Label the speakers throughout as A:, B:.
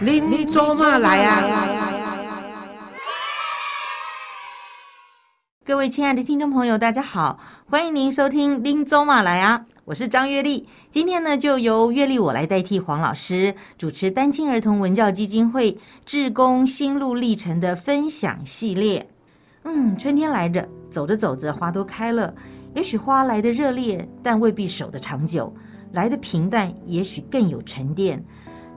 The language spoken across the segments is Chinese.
A: 您您做嘛来啊？
B: 各位亲爱的听众朋友，大家好，欢迎您收听《拎走马来啊》，我是张月丽。今天呢，就由月丽我来代替黄老师主持单亲儿童文教基金会志工心路历程的分享系列。嗯，春天来着，走着走着，花都开了。也许花来的热烈，但未必守得长久；来的平淡，也许更有沉淀。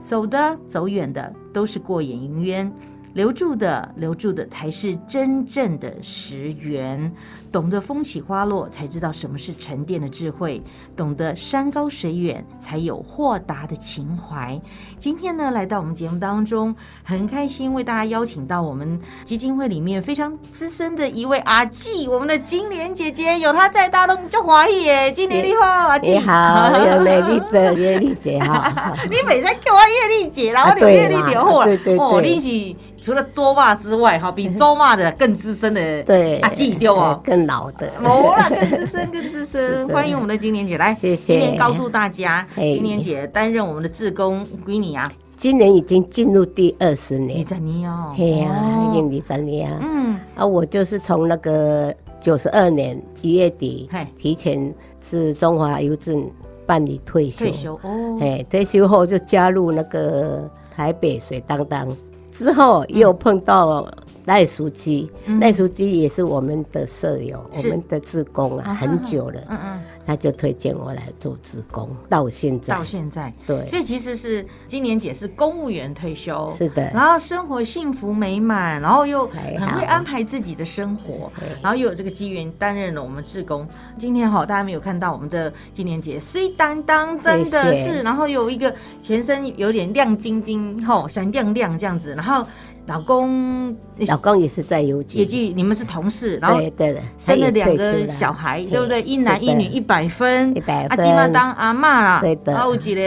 B: 走的、走远的，都是过眼云烟。留住的，留住的才是真正的石缘。懂得风起花落，才知道什么是沉淀的智慧；懂得山高水远，才有豁达的情怀。今天呢，来到我们节目当中，很开心为大家邀请到我们基金会里面非常资深的一位阿纪，我们的金莲姐姐，有她在，大龙就华耶。金莲你好，阿纪
C: 你好，我有美丽的月丽姐 哈。
B: 你每次叫我月丽姐，然后
C: 啊
B: 你
C: 对
B: 月丽
C: 啦
B: 姐后
C: 对对
B: 哦，
C: 对
B: 你是除了周骂之外，哈，比周骂的更资深的
C: 对，
B: 阿纪对哦。
C: 更老的，
B: 哦啦，更资深，更资
C: 是
B: 深，
C: 的
B: 欢迎我们的金莲姐来。
C: 谢谢
B: 今天告诉大家，
C: 嘿
B: 金莲姐担任我们的志工闺女啊，
C: 今年已经进入第二十
B: 你
C: 年。
B: 在你哦。
C: 嘿呀、
B: 哦
C: 已经离三年啊！
B: 嗯，
C: 啊，我就是从那个九十二年一月底
B: 嘿
C: 提前是中华邮政办理退休，
B: 退休哦。
C: 哎，退休后就加入那个台北水当当，之后又碰到赖淑基，
B: 嗯
C: 赖淑基也是我们的舍友，我
B: 是
C: 们的志工啊，
B: 啊哈
C: 很久了，
B: 嗯嗯，
C: 他就推荐我来做志工，到现在
B: 到，现在，
C: 对，
B: 所以其实是金莲姐是公务员退休，
C: 是的，
B: 然后生活幸福美满，然后又
C: 还
B: 很
C: 好
B: 会安排自己的生活
C: 对，
B: 然后又有这个机缘担任了我们志工。今天哈、大家没有看到我们的金莲姐虽担当，真
C: 谢
B: 的是，
C: 谢
B: 然后有一个全身有点亮晶晶，吼、闪亮亮这样子，然后老公
C: 老公也是在邮
B: 也
C: 局，
B: 就你们是同事，然后
C: 对对的，他
B: 生了
C: 也
B: 两
C: 退休
B: 个
C: 了
B: 小孩，
C: 嘿
B: 对不对？一男一女，
C: 是
B: 一
C: 的
B: 百分，
C: 100
B: 阿
C: 分
B: 金妈当阿妈啦，
C: 对的
B: 然后有几个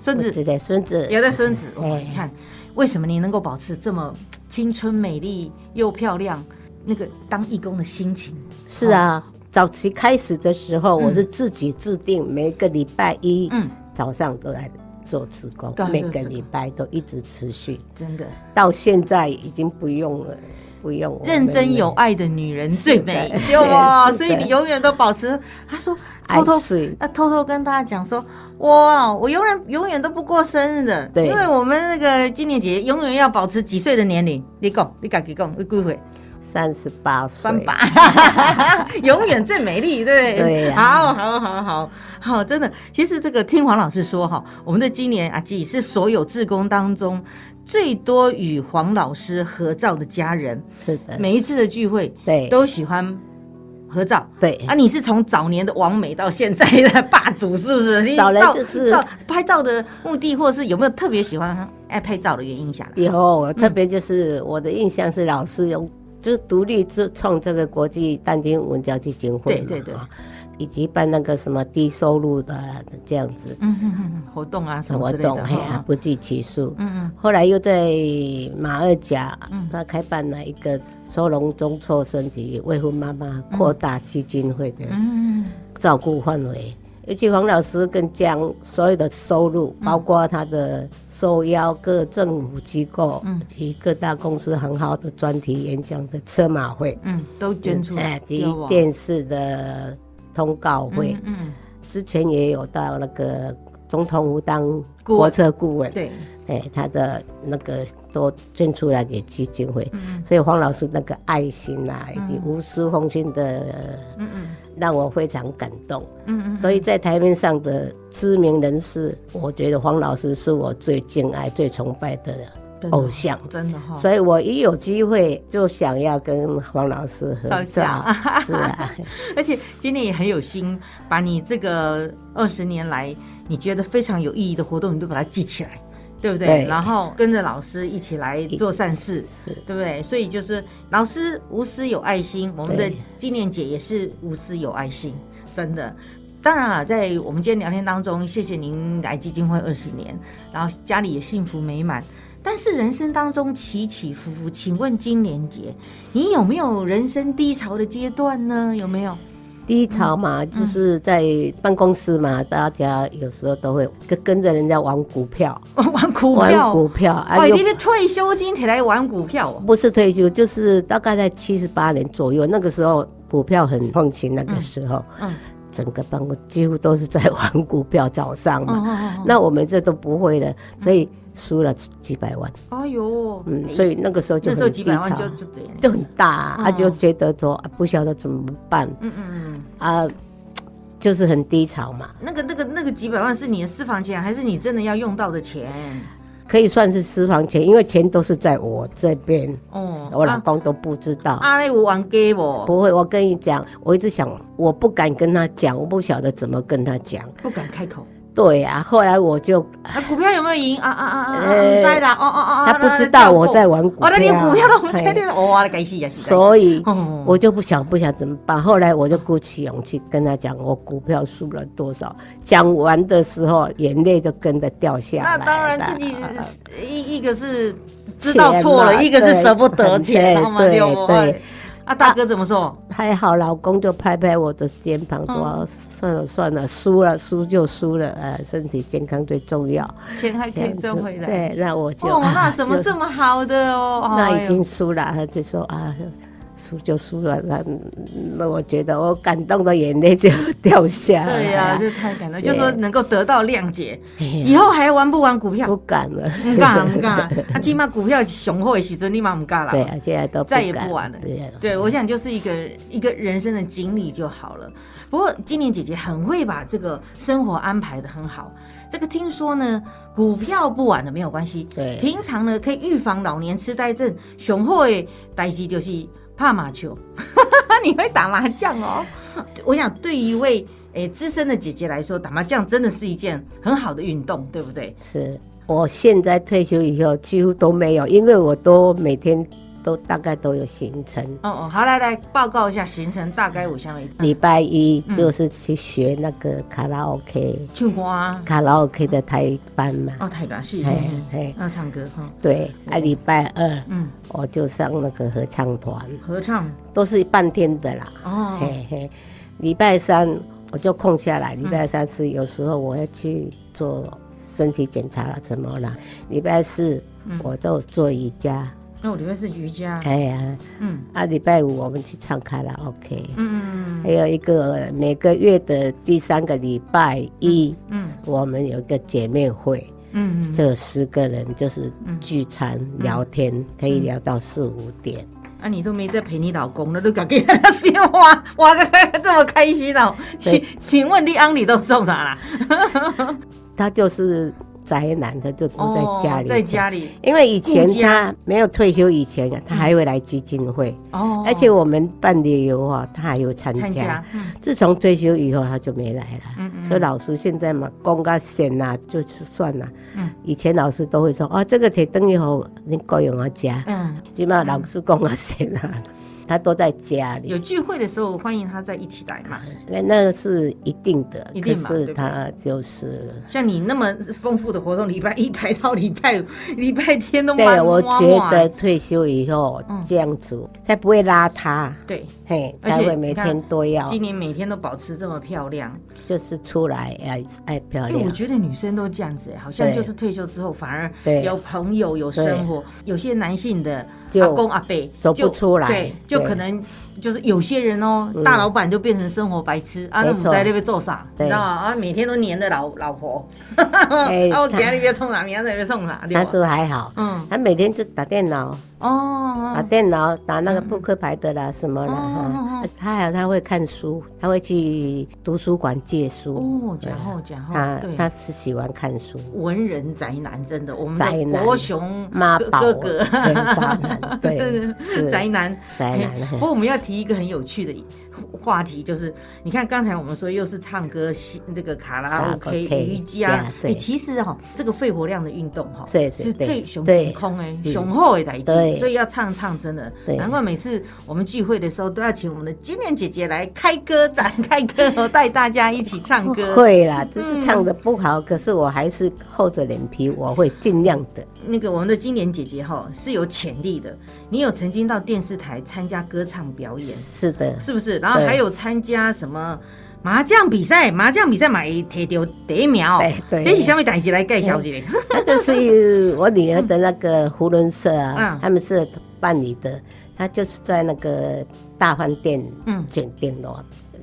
B: 孙
C: 我
B: 子
C: 只，在孙子，
B: 有的孙子，
C: 哎
B: 哇，你看，为什么你能够保持这么青春美丽又漂亮？那个当义工的心情，
C: 是啊。早期开始的时候，
B: 嗯
C: 我是自己制定，每个礼拜一
B: 嗯，
C: 早上都来做志工
B: 对，
C: 每
B: 做
C: 个
B: 志工
C: 礼拜都一直持续，
B: 真的，
C: 到现在已经不用了，不用我们
B: 认真有
C: 了
B: 爱的女人最美，
C: 是的
B: 对哇，
C: 是的
B: 所以你永远都保持。他说，
C: 爱
B: 偷偷
C: 睡。
B: 那偷偷跟大家讲说，哇，我永远永远都不过生日的，
C: 对
B: 因为我们那个今年姐永远要保持几岁的年龄。你讲，你敢给讲，你归回
C: 三十八岁，
B: 三八， 永远最美丽，对不
C: 对呀
B: 好好好好好，真的，其实这个听黄老师说哈，我们的今年阿纪是所有志工当中最多与黄老师合照的家人，
C: 是的，
B: 每一次的聚会
C: 对
B: 都喜欢合照。
C: 对
B: 啊，，你是从早年的王美到现在的霸主，是不 是？你
C: 早年
B: 照
C: 就是
B: 照拍照的目的，或是有没有特别喜欢爱拍照的原因下来？
C: 以后我特别就是我的印象是老师有就是独立自创这个国际单亲文教基金会
B: 对
C: 嘛，
B: 对对
C: 啊，以及办那个什么低收入的啊这样子
B: 嗯哼哼哼，活动啊什么
C: 活
B: 之类的
C: 动，嘿啊
B: 哈，
C: 不计其数。
B: 嗯
C: 后来又在马二甲
B: 嗯，
C: 他开办了一个收容中辍生及未婚妈妈扩大基金会的
B: 嗯嗯，
C: 照顾范围。尤其黄老师更将所有的收入，
B: 嗯
C: 包括他的受邀各政府机构、
B: 嗯
C: 及各大公司行号的专题演讲的车马会，
B: 嗯，都捐出来，
C: 哎及
B: 对哦
C: 电视的通告会，
B: 嗯嗯，
C: 之前也有到那个总统府当
B: 顾问
C: 国策顾问
B: 嗯，对，
C: 哎，他的那个都捐出来给基金会，
B: 嗯
C: 所以黄老师那个爱心啊，以及
B: 嗯
C: 无私奉献的，
B: 嗯嗯
C: 呃让我非常感动。
B: 嗯嗯，
C: 所以在台面上的知名人士，我觉得黄老师是我最敬爱、最崇拜的
B: 真的
C: 偶像。哦
B: 真的哈，
C: 所以我一有机会就想要跟黄老师合 照
B: 照相，
C: 是啊，
B: 而且今年也很有心，把你这个二十年来你觉得非常有意义的活动，你都把它记起来，对不对？
C: 对
B: 然后跟着老师一起来做善事，
C: 是
B: 对不对？所以就是老师无私有爱心，我们的
C: 对
B: 纪念姐也是无私有爱心，真的。当然了，在我们今天聊天当中，谢谢您来基金会二十年，然后家里也幸福美满。但是人生当中起起伏伏，请问金莲姐，你有没有人生低潮的阶段呢？有没有？
C: 低潮嘛，就是在办公室嘛，大家有时候都会跟跟着人家玩股票，
B: 玩股
C: 玩
B: 票，
C: 股票
B: 哇，
C: 啊，
B: 你
C: 又
B: 的退休金才来玩股票哦。
C: 不是退休，就是大概在七十八年左右，那个时候股票很风行，那个时候，
B: 嗯嗯
C: 整个办公几乎都是在玩股票，早上嘛，
B: 哦嗯哦
C: 那我们这都不会的，所以输了几百万，
B: 哦，哎呦，
C: 嗯，所以那个时候就
B: 那时候
C: 很
B: 几
C: 低
B: 百万
C: 潮，
B: 就就这样。
C: 就很大啊，
B: 嗯
C: 啊就觉得说、啊、不晓得怎么办
B: 嗯嗯嗯，
C: 啊，就是很低潮嘛，
B: 那个那个那个几百万是你的私房钱，还是你真的要用到的钱？
C: 可以算是私房钱，因为钱都是在我这边，
B: 哦，
C: 我老公都不知道。
B: 阿阿有玩给我，
C: 不会，我跟你讲，我一直想，我不敢跟他讲，我不晓得怎么跟他讲。
B: 不敢开口。
C: 对啊，后来我就
B: 那股票有没有赢？啊啊啊啊啊！
C: 呃
B: 你在啦，哦哦哦，
C: 他不知道我在玩股票，
B: 哦，
C: 啊
B: 那你股票都不在
C: 嘿
B: 那，哇，该死呀！
C: 所以
B: 哦
C: 我就不想不想怎么办。后来我就鼓起勇气跟他讲，我股票输了多少。讲完的时候，眼泪就跟着掉下来
B: 那
C: 了。
B: 当然自己一一个是知
C: 钱
B: 道错了，
C: 嘛
B: 一个是
C: 对
B: 舍不得
C: 对
B: 钱，知道吗？
C: 对
B: 对不
C: 对？
B: 啊，大哥怎么说？
C: 还好，老公就拍拍我的肩膀说：“
B: 嗯
C: 算了算了，输了输就输了，呃，身体健康最重要。”
B: 钱还可以赚回来。
C: 对，那我就
B: 哦，那
C: 啊
B: 怎 么
C: 就
B: 这么好的哦？哎
C: 那
B: 呦
C: 已经输了，他就说啊，输就输了，那那我觉得我感动的眼泪就掉下来。
B: 对呀，就是太感动，就说
C: 哎对
B: 能够得到谅解，
C: 哎
B: 以
C: 呀
B: 后还玩不玩股票
C: 不？敢了。
B: 唔干啦，唔干啦！啊，起码股票雄厚的时阵，你嘛唔干啦。
C: 对啊，现在都
B: 再也
C: 敢
B: 不玩了
C: 对啊呀，
B: 对，我想就是一个一个人生的经历就好了。不过今年姐姐很会把这个生活安排的很好。这个听说呢，股票不玩了没有关系，
C: 对
B: 平常呢可以预防老年痴呆症。雄厚的代机就是怕麻球， 你会打麻将哦。 我想对于一位诶资深的姐姐来说，打麻将真的是一件很好的运动，对不对？
C: 是。我现在退休以后几乎都没有，因为我都每天都大概都有行程。
B: 哦哦，好，来来报告一下行程，大概我想为
C: 礼拜一
B: 嗯
C: 就是去学那个卡拉 OK，
B: 去花
C: 卡拉 OK 的台班嘛。
B: 啊哦，台湾是，
C: 嘿
B: 嘿嘿
C: 嘿，
B: 要唱歌嗯哈，
C: 对，啊，礼拜二
B: 嗯，
C: 我就上那个合唱团，
B: 合唱
C: 都是半天的啦。
B: 哦，
C: 嘿嘿，礼拜三我就空下来，礼拜三是有时候我要去做身体检查了，什么啦？礼拜四
B: 嗯
C: 我就做瑜伽，
B: 那我礼拜是瑜伽，
C: 哎呀，
B: 嗯
C: 啊，礼拜五我们去唱卡拉 OK，
B: 嗯
C: 还有一个每个月的第三个礼拜一，
B: 嗯
C: 我们有一个姐妹会，
B: 嗯嗯，
C: 这十个人就是聚餐聊天，可
B: 嗯
C: 以聊到四五点。
B: 啊，你都没在陪你老公了，都敢给他说 话，哇，这么开心哦，请
C: 对
B: 请问你安你都送啥啦？
C: 他就是宅男，他就都在家里、
B: 哦在家里
C: 因为以前
B: 顾家
C: 他没有退休以前啊，他还会来基金会，
B: 哦，
C: 而且我们办旅游啊，他还有参加。
B: 参加，嗯
C: 自从退休以后，他就没来了。
B: 嗯
C: 所以老师现在嘛，公个闲啦，就是算了。
B: 嗯
C: 以前老师都会说，哦，这个铁灯以后你够用我家，
B: 嗯，
C: 起码老师公个闲啦，他都在家里
B: 有。聚会的时候欢迎他在一起来嘛，
C: 那那个是一定的，
B: 一
C: 可
B: 定嘛对
C: 是
B: 不对
C: 他就是，
B: 像你那么丰富的活动，礼拜一排到礼拜五、礼拜天都啊
C: 对
B: 忙
C: 我
B: 哇
C: 觉
B: 哇
C: 得退休以后
B: 嗯
C: 这样子才不会邋遢，
B: 对，
C: 嘿，
B: 而且
C: 才会
B: 你
C: 每
B: 看
C: 天都要
B: 今年每天都保持这么漂亮，
C: 就是出来爱爱漂
B: 因为哎我
C: 亮，
B: 觉得女生都这样子、欸好像
C: 啊对
B: 就是退休之后反而
C: 对
B: 有朋友有生活，有些男性的
C: 就
B: 阿公阿伯
C: 走
B: 就
C: 不出来
B: 对，
C: 对嗯
B: 就可能就是有些人哦，大老板就变成生活白痴啊，那
C: 没
B: 我
C: 错
B: 们在那边做啥？你
C: 对
B: 知道吗？啊，每天都黏着老老婆，
C: 哎
B: 啊，我
C: 他
B: 今天边冲啥，明天那边冲啥，对吧
C: 但是还好，
B: 嗯
C: 他每天就打电脑，打
B: 哦，
C: 电脑打那个扑克牌的啦什么啦
B: 哦
C: 哈，他还有他会看书，他会去图书馆借书
B: 哦，，
C: 对
B: 然后然后，
C: 他
B: 对。
C: 他是喜欢看书，
B: 文人宅男，真的，我们
C: 宅
B: 的
C: 男
B: 国雄
C: 妈
B: 哥
C: 宝
B: 哥哥，
C: 对渣 男对是
B: 宅男，
C: 宅男
B: 嘿
C: 哎嘿
B: 不过我们要提一个很有趣的话题，就是你看刚才我们说又是唱歌、戏这个卡拉 OK、
C: 卡拉 OK，
B: 瑜伽
C: 呀，
B: 哎，
C: 对
B: 其实哈，这个肺活量的运动哈，
C: 对对
B: 是最
C: 对
B: 雄
C: 对
B: 健康哎，
C: 嗯
B: 雄厚的代志。
C: 对
B: 所以要唱唱真的，
C: 对
B: 难怪每次我们聚会的时候都要请我们的金莲姐姐来开歌展、开歌哦，带大家一起唱 歌。
C: 会啦，
B: 嗯
C: 就是唱的不好，可是我还是厚着脸皮，我会尽量的。
B: 那个我们的金莲姐姐哈、是有潜力的，你有曾经到电视台参加歌唱表演，
C: 是的，
B: 是不是？然后
C: 对
B: 还有参加什么麻将比赛，麻将比赛嘛，也提到第一名哦
C: 对。对
B: 这是下面代志来介绍一下。
C: 那就是我女儿的那个胡伦社啊
B: 嗯，
C: 他们是办理的，他就是在那个大饭店
B: 嗯
C: 酒店楼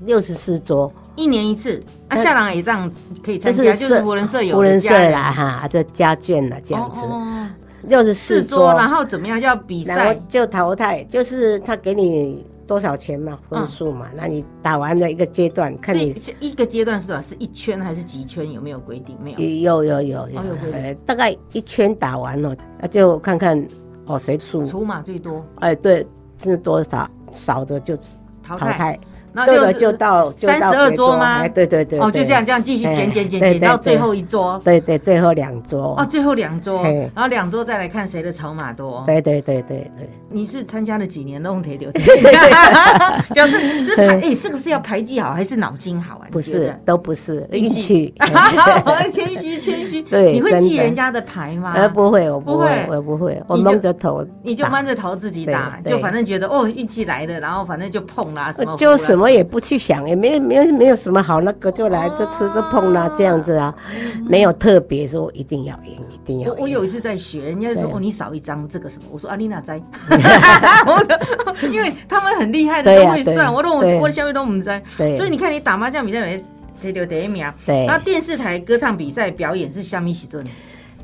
C: 六十四桌，
B: 一年一次啊，
C: 那
B: 下郎也这样可以
C: 就
B: 参加，
C: 呃是
B: 就是无人社有
C: 胡伦
B: 的
C: 社
B: 家人
C: 啦哈，就家眷啦这样子
B: 哦，哦哦
C: 六十
B: 四
C: 四
B: 桌，
C: 桌，
B: 然后怎么样叫比
C: 然
B: 赛
C: 后？就淘汰，就是他给你多少钱嘛，
B: 嗯
C: 分数嘛，那你打完了一个阶段，看你
B: 是是一个阶段是吧？是一圈还是几圈？有没有规定？没有。
C: 有有有有
B: 哦有规，定
C: 呃大概一圈打完了，那就看看哦谁输，
B: 除码最多
C: 哎对，是多少少的就淘
B: 淘汰，
C: 汰，
B: 然后
C: 对
B: 啊六
C: 的
B: 十
C: 就到就到
B: 32
C: 别
B: 桌吗
C: 哎对对对，
B: 哦，
C: 对
B: 就这样这样继续
C: 哎
B: 减减减
C: 对
B: 减
C: 对
B: 到
C: 对
B: 最后一桌
C: 对对，最后两桌
B: 哦，，最后两桌
C: 嘿，
B: 然后两桌再来看谁的筹码多。
C: 对对对对对，
B: 你是参加了几年弄铁流？ 表 示是排哎，这个是要排技好还是脑筋好啊？你
C: 不
B: 觉得
C: 是都不是
B: 运
C: 运
B: 气
C: 气， 哎
B: 好， 谦虚谦虚。
C: 对
B: 你会
C: 真
B: 记
C: 的
B: 人家的牌吗？
C: 呃不会我不
B: 会
C: 会我不会，我
B: 你就
C: 蒙着头，
B: 你就闷着头自己打，
C: 对
B: 就
C: 对
B: 反正觉得哦运气来了，然后反正就碰啦什么，啊
C: 就什么也不去想，也没有没有没有什么好那个，就来就吃就碰啦、这样子啊， 没有特别说一定要赢，一定要
B: 嗯我
C: 赢。
B: 我有一次在学，人家就说
C: 对
B: 哦，你少一张这个什么？我说啊阿丽娜 在， 我说因为他们很厉害的
C: 对
B: 都
C: 呀
B: 会
C: 对
B: 算，我都
C: 对
B: 我的下面都不在。
C: 对
B: 所以你看，你打麻将比赛没谁留第一名，
C: 对
B: 然后电视台歌唱比赛表演是虾米时阵？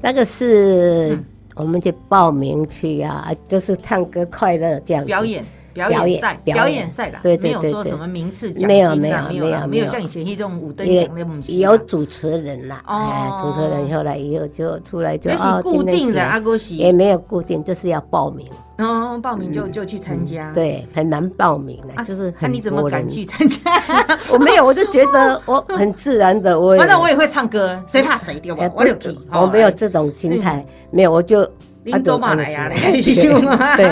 C: 那个是
B: 嗯
C: 我们去报名去啊，啊就是唱歌快乐这样子
B: 表。演。表
C: 表
B: 演
C: 演
B: 赛，
C: 表演
B: 表演赛啦，
C: 对对
B: 没有
C: 对
B: 说
C: 对
B: 什么名次奖
C: 没
B: 金
C: 有
B: 啊，
C: 没有
B: 有啦，
C: 没有
B: 没有
C: 没有
B: 像以前那种啊五等
C: 也
B: 奖的，不是
C: 有
B: 啦，
C: 主持人啦，
B: 哦
C: 哎，主持人后来以后就出来就
B: 那是固定的，阿
C: 啊，
B: 哥
C: 也
B: 喜，
C: 没有固定，就是要报名，
B: 哦，报名就就去参加，
C: 嗯对，很难报名的，
B: 啊，
C: 就是
B: 那
C: 很
B: 你怎么
C: 多
B: 敢
C: 人
B: 去参加？
C: 我没有，我就觉 得我很自然的，我也
B: 反正我也会唱歌，谁怕谁对吧
C: 哎，？
B: 我
C: 不
B: 有
C: 是
B: 皮，
C: 我没有这种心态，没有，我就啊
B: 林州马来呀，来
C: 对
B: 一起去嘛。
C: 对，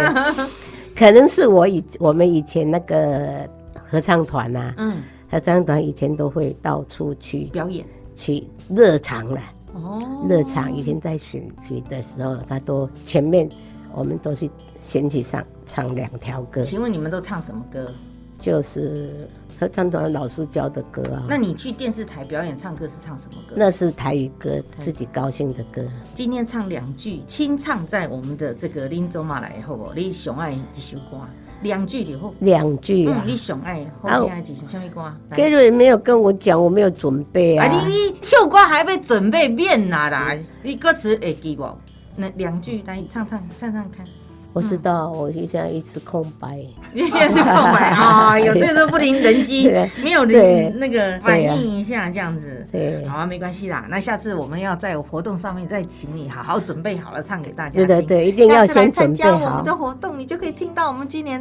C: 可能是我以我们以前那个合唱团呐、啊，
B: 嗯，
C: 合唱团以前都会到处去
B: 表演
C: 去热场啦，
B: 哦
C: 热场以前在选举的时候，他都前面我们都是先去上唱两条歌，
B: 请问你们都唱什么歌？
C: 嗯就是合唱团老师教的歌啊
B: 那，你去电视台表演唱歌是唱什么歌？
C: 那是台语歌，自己高兴的歌。
B: 今天唱两句，清唱在我们的这个林州马来后哦，你上爱几首歌？两句以后，
C: 两句啊
B: 嗯，你上爱后
C: 啊
B: 听爱几首什么歌？来
C: Gary 没有跟我讲，我没有准备
B: 啊，
C: 啊。
B: 你你唱歌还要准备面啦啦，你歌词会记不？那两句来唱唱唱唱看。
C: 我
B: 嗯
C: 知道，我现在一直空白。
B: 因为现在是空白 啊，哦有这个都不灵人机
C: 对，
B: 没有
C: 对
B: 人那个反应一下这样子。
C: 对
B: 好，啊，没关系啦。那下次我们要在活动上面再请你好好准备好了，唱给大家
C: 对
B: 听。
C: 对对，一定要
B: 下次来
C: 先准备
B: 参加我们
C: 好。
B: 的活动，你就可以听到我们今年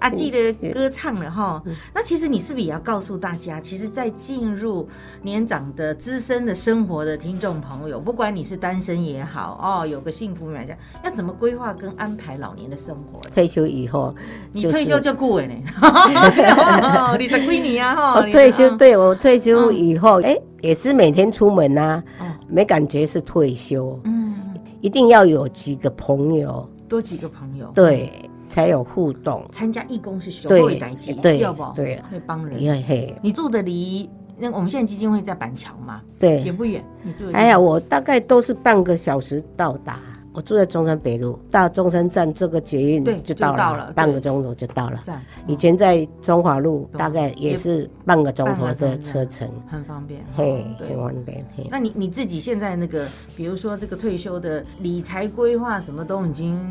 B: 阿季的歌唱了哈。那其实你是不是也要告诉大家，其实，在进入年长的资深的生活的听众朋友，不管你是单身也好，哦，有个幸福美满，要怎么规划跟安排老年的生活呢？
C: 退休以后，
B: 你
C: 就是
B: 退休就顾 问呢？ 哦你才归你啊！哈
C: 我，
B: 你
C: 哦退休，
B: 嗯
C: 对我退休以后，哎，也是每天出门呐
B: 哦，
C: 没感觉是退休，
B: 嗯，
C: 一定要有几个朋友，
B: 多几个朋友，
C: 对，才有互动。
B: 参加义工是学
C: 对
B: 会代志，
C: 对
B: 啊要不
C: 对
B: 会帮人。
C: 因为嘿，
B: 你住的离那我们现在基金会在板桥嘛，也
C: 对，
B: 不远。你住的离
C: 哎呀，，我大概都是半个小时到达。我住在中山北路，到中山站这个捷
B: 对
C: 运就到
B: 就
C: 了，
B: 到了
C: 半
B: 对
C: 个钟头就到了。
B: 站哦
C: 以前在中华路，
B: 懂
C: 大概也是半个钟头
B: 半个
C: 的
B: 钟头
C: 车程，
B: 很方便。哦
C: 嘿，
B: 对
C: 很。方便。嘿，
B: 那你你自己现在那个，比如说这个退休的理财规划，什么都已经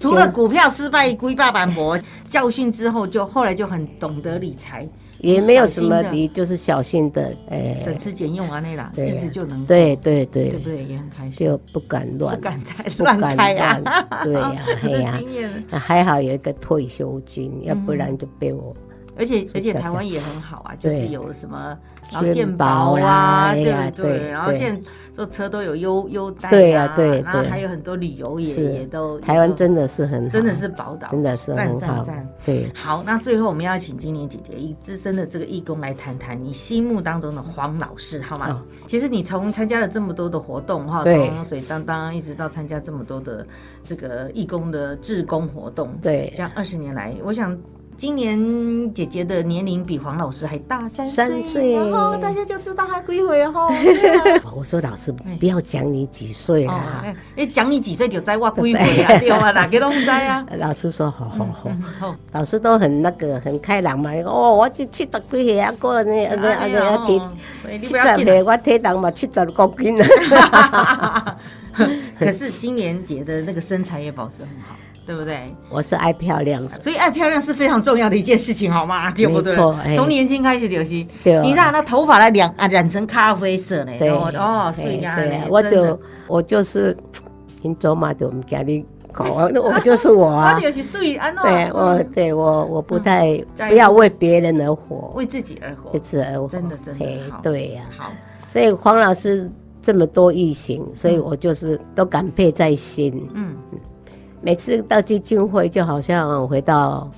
B: 除了股票失败归爸板博教训之后就，后来就很懂得理财，
C: 也没有什么
B: 小心的
C: 离，就是小心的，
B: 省
C: 哎，
B: 吃俭用啊那啦，
C: 对
B: 日
C: 呀
B: 子就能
C: 对对
B: 对不
C: 对，
B: 对？也很开心，
C: 就不敢乱
B: 不，敢再
C: 不
B: 乱
C: 敢
B: 开啊呀、
C: 乱 对呀，嘿
B: 这
C: 呀啊
B: 经验了。
C: 还好有一个退休金，要不然就被我
B: 而且而且
C: 大
B: 台
C: 家
B: 湾也很好啊，就是
C: 对
B: 有什么劳
C: 健
B: 健
C: 保
B: 保
C: 啦
B: 啊，
C: 哎呀
B: 对不对？
C: 对
B: 然后
C: 对
B: 现在坐车都有优优待啊
C: 对呀对
B: 然后
C: 对
B: 还有很多旅游也
C: 是
B: 也都
C: 台湾
B: 也都
C: 真的是很好，
B: 真的是宝岛，
C: 真的是
B: 赞
C: 很
B: 赞
C: 好
B: 赞。，
C: 对。
B: 好，那最后我们要请金莲姐姐以资深的这个义工来谈谈你心目当中的黄老师，好吗？
C: 哦
B: 其实你从参加了这么多的活动哈，
C: 对
B: 从水当当一直到参加这么多的这个义工的志工活动，
C: 对
B: 这样二十年来，我想。今年姐姐的年龄比黄老师还大三岁，
C: 三岁
B: 然后大家就知道她归回了 哈。对啊
C: 我说老师
B: 哎，
C: 不要讲你几岁
B: 哦
C: 啦。
B: 哎哎，讲你几岁就知我归回啊，对啊，大家都知啊。
C: 老师说好好 好，啊
B: 嗯好
C: 老师都很那个很开朗嘛。哦，我就七十几岁啊，过呢，啊啊
B: 这样
C: 啊，体
B: 哦所以你
C: 七
B: 不要
C: 十
B: 紧
C: 岁我体重嘛七十公斤啊了。
B: 可是金莲姐的那个身材也保持很好，对不对？
C: 我是爱漂亮，
B: 所以爱漂亮是非常重要的一件事情，好吗？对不对
C: 没错？哎
B: 从年轻开始就是，
C: 对啊
B: 你让她头发来染啊染成咖啡色嘞，
C: 对，
B: 然后哦，
C: 嘿
B: 是呀
C: 对，
B: 嘞
C: 我
B: 真的
C: 就我就是，听周嘛，就我们家里讲， 我我就是我
B: 啊，
C: 啊。
B: 就是睡安
C: 对我
B: 喏，
C: 对我我不太
B: 在
C: 不要为别人而活，
B: 为自己而活
C: 为，自而活。
B: 真的真的
C: 嘿
B: 好
C: 对呀。
B: 好，
C: 所以黄老师这么多异行，所以我就是都感佩在心。
B: 嗯，
C: 每次到基金会，就好像回到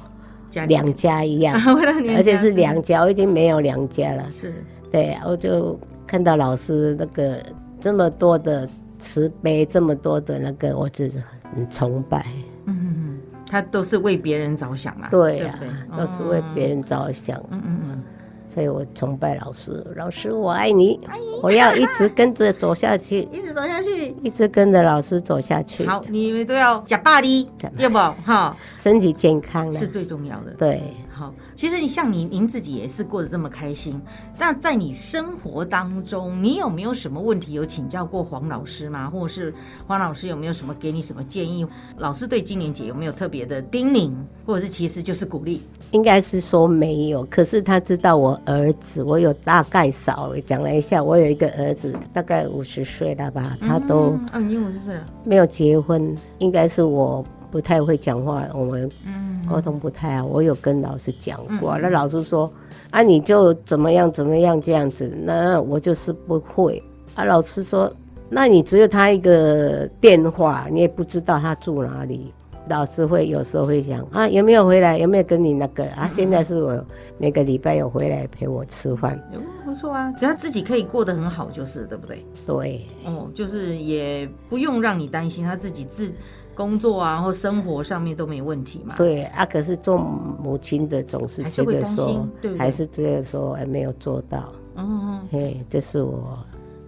B: 家 里
C: 娘家一样，
B: 回到娘家
C: 而且是娘家，我已经没有娘家了。
B: 啊是
C: 对，啊我就看到老师那个这么多的慈悲，这么多的那个，我就是很崇拜。
B: 嗯嗯嗯，她都是为别人着想嘛，
C: 对
B: 不哦
C: 呀、都是为别人着想，
B: 嗯嗯嗯，
C: 所以我崇拜老师。老师，我爱你，我要一直跟着走下去，
B: 一直走下去。
C: 一直跟着老师走下去。
B: 好，你们都要假巴黎
C: 吃，
B: 对不？哈，
C: 身体健康了
B: 是。最重要的。
C: 对，
B: 好，其实你像你，您自己也是过得这么开心。那在你生活当中，你有没有什么问题有请教过黄老师吗？或者是黄老师有没有什么给你什么建议？老师对金莲姐有没有特别的叮咛，或者是其实就是鼓励？
C: 应该是说没有，可是他知道我儿子，我有大概少讲了一下，我有一个儿子，大概五十岁了吧，他都
B: 嗯，啊，你已经五十岁了，
C: 没有结婚，应该是我不太会讲话，我们
B: 嗯，
C: 沟通不太好。我有跟老师讲过，
B: 嗯
C: 那老师说啊，你就怎么样怎么样这样子，那我就是不会啊。老师说，那你只有他一个电话，你也不知道他住哪里。老师会有时候会想啊，有没有回来？有没有跟你那个
B: 嗯
C: 啊？现在是我每个礼拜有回来陪我吃饭，
B: 有不错啊，只要自己可以过得很好，就是对不对？
C: 对
B: 哦，就是也不用让你担心，他自己自工作啊或生活上面都没问题嘛。
C: 对啊。可是做母亲的总是
B: 还是
C: 觉
B: 会
C: 得
B: 担心
C: 说
B: 对不，对
C: 还是觉得说哎没有做到。
B: 嗯，嗯，嗯
C: 嘿，这是我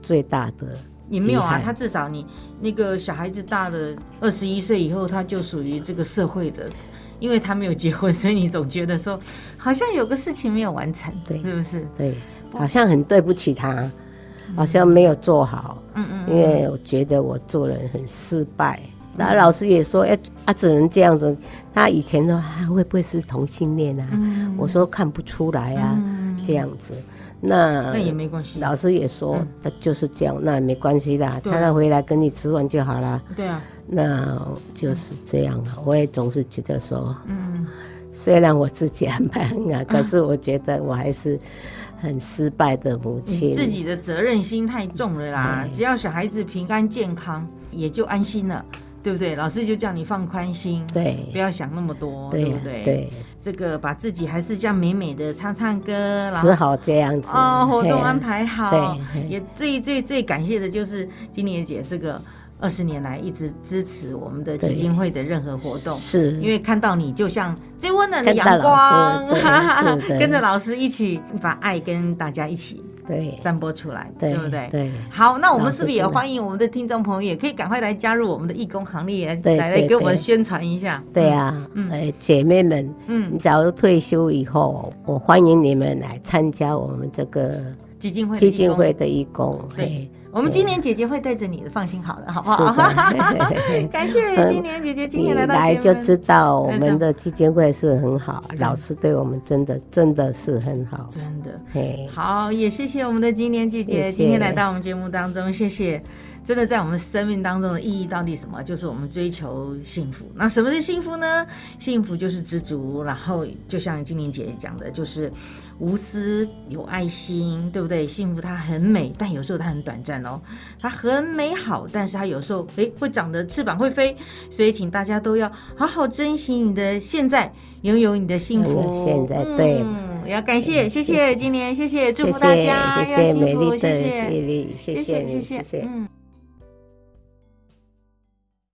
C: 最大的
B: 也没有
C: 厉
B: 啊，
C: 害
B: 他至少你那个小孩子大了二十一岁以后，他就属于这个社会的，因为他没有结婚，所以你总觉得说好像有个事情没有完成，
C: 对
B: 是不是？
C: 对，好像很对不起他，好像没有做好，
B: 嗯嗯
C: 因为我觉得我做人很失败。那老师也
B: 嗯
C: 说，哎、他、只能这样子。他以前的话会不会是同性恋啊？
B: 嗯
C: 我说看不出来啊，
B: 嗯
C: 这样子。那
B: 那也没关系，
C: 老师也说，他、就是这样，那也没关系啦，
B: 对啊
C: 他他回来跟你吃饭就好啦。
B: 对啊，
C: 那就是这样啊，我也总是觉得说，
B: 嗯，
C: 虽然我自己安排很
B: 啊
C: 好，啊可是我觉得我还是很失败的母亲。
B: 你自己的责任心太重了啦，
C: 对
B: 只要小孩子平安健康，也就安心了，对不对？老师就叫你放宽心，不
C: 对
B: 要想那么多，
C: 对
B: 对不
C: 呀
B: 对？
C: 对，
B: 这个把自己还是这样美美的唱唱歌，然后
C: 只好这样子。
B: 哦，活
C: 嘿
B: 动
C: 啊
B: 安。排好，
C: 对
B: 也最最最感谢的就是金莲姐这个二十年来一直支持我们的基金会的任何活动。
C: 是，
B: 因为看到你就像最温暖的
C: 看到
B: 阳光
C: 老师，对 是的
B: 跟着老师一起把爱跟大家一起
C: 对
B: 散播出来，
C: 对
B: 不对？
C: 对
B: 好，那我们
C: 老
B: 是
C: 师
B: 不是也
C: 真的
B: 欢迎我们的听众朋友，也可以赶快来加入我们的义工行列，
C: 对
B: 来来
C: 对
B: 给我们
C: 对
B: 宣传一下。
C: 对啊
B: 嗯，
C: 哎，姐妹们，
B: 嗯
C: 你假如退休以后，我欢迎你们来参加我们这个
B: 基金会的
C: 基
B: 义
C: 金
B: 工
C: 会的义工。
B: 对
C: 嘿，
B: 我们今年姐姐会带着你的，放心好了，好不好？
C: 是的
B: 感谢金莲姐姐哦
C: 嗯
B: 今
C: 你
B: 天来到节目
C: 来就知道我
B: 哎
C: 们
B: 怎
C: 的基金会是很好，
B: 的
C: 老师对我们真的真的是很好。
B: 真的
C: 嘿，
B: 好，也谢谢我们的金莲姐姐
C: 谢谢
B: 今天来到我们节目当中，谢谢。真的在我们生命当中的意义到底什么？就是我们追求幸福。那什么是幸福呢？幸福就是知足，然后就像金玲姐讲的，就是无私、有爱心，对不对？幸福它很美，但有时候它很短暂哦。它很美好，但是它有时候诶会长得翅膀会飞，所以请大家都要好好珍惜你的现在，拥有你的幸福。
C: 现在对
B: 嗯，也要感谢，
C: 谢
B: 谢谢
C: 谢
B: 今年，谢谢，祝
C: 谢
B: 福大
C: 谢
B: 家，
C: 谢
B: 要
C: 谢
B: 幸
C: 美
B: 福
C: 丽的
B: 谢谢
C: 丽，谢谢
B: 谢
C: 你，
B: 谢
C: 谢
B: 谢，
C: 谢。
B: 嗯。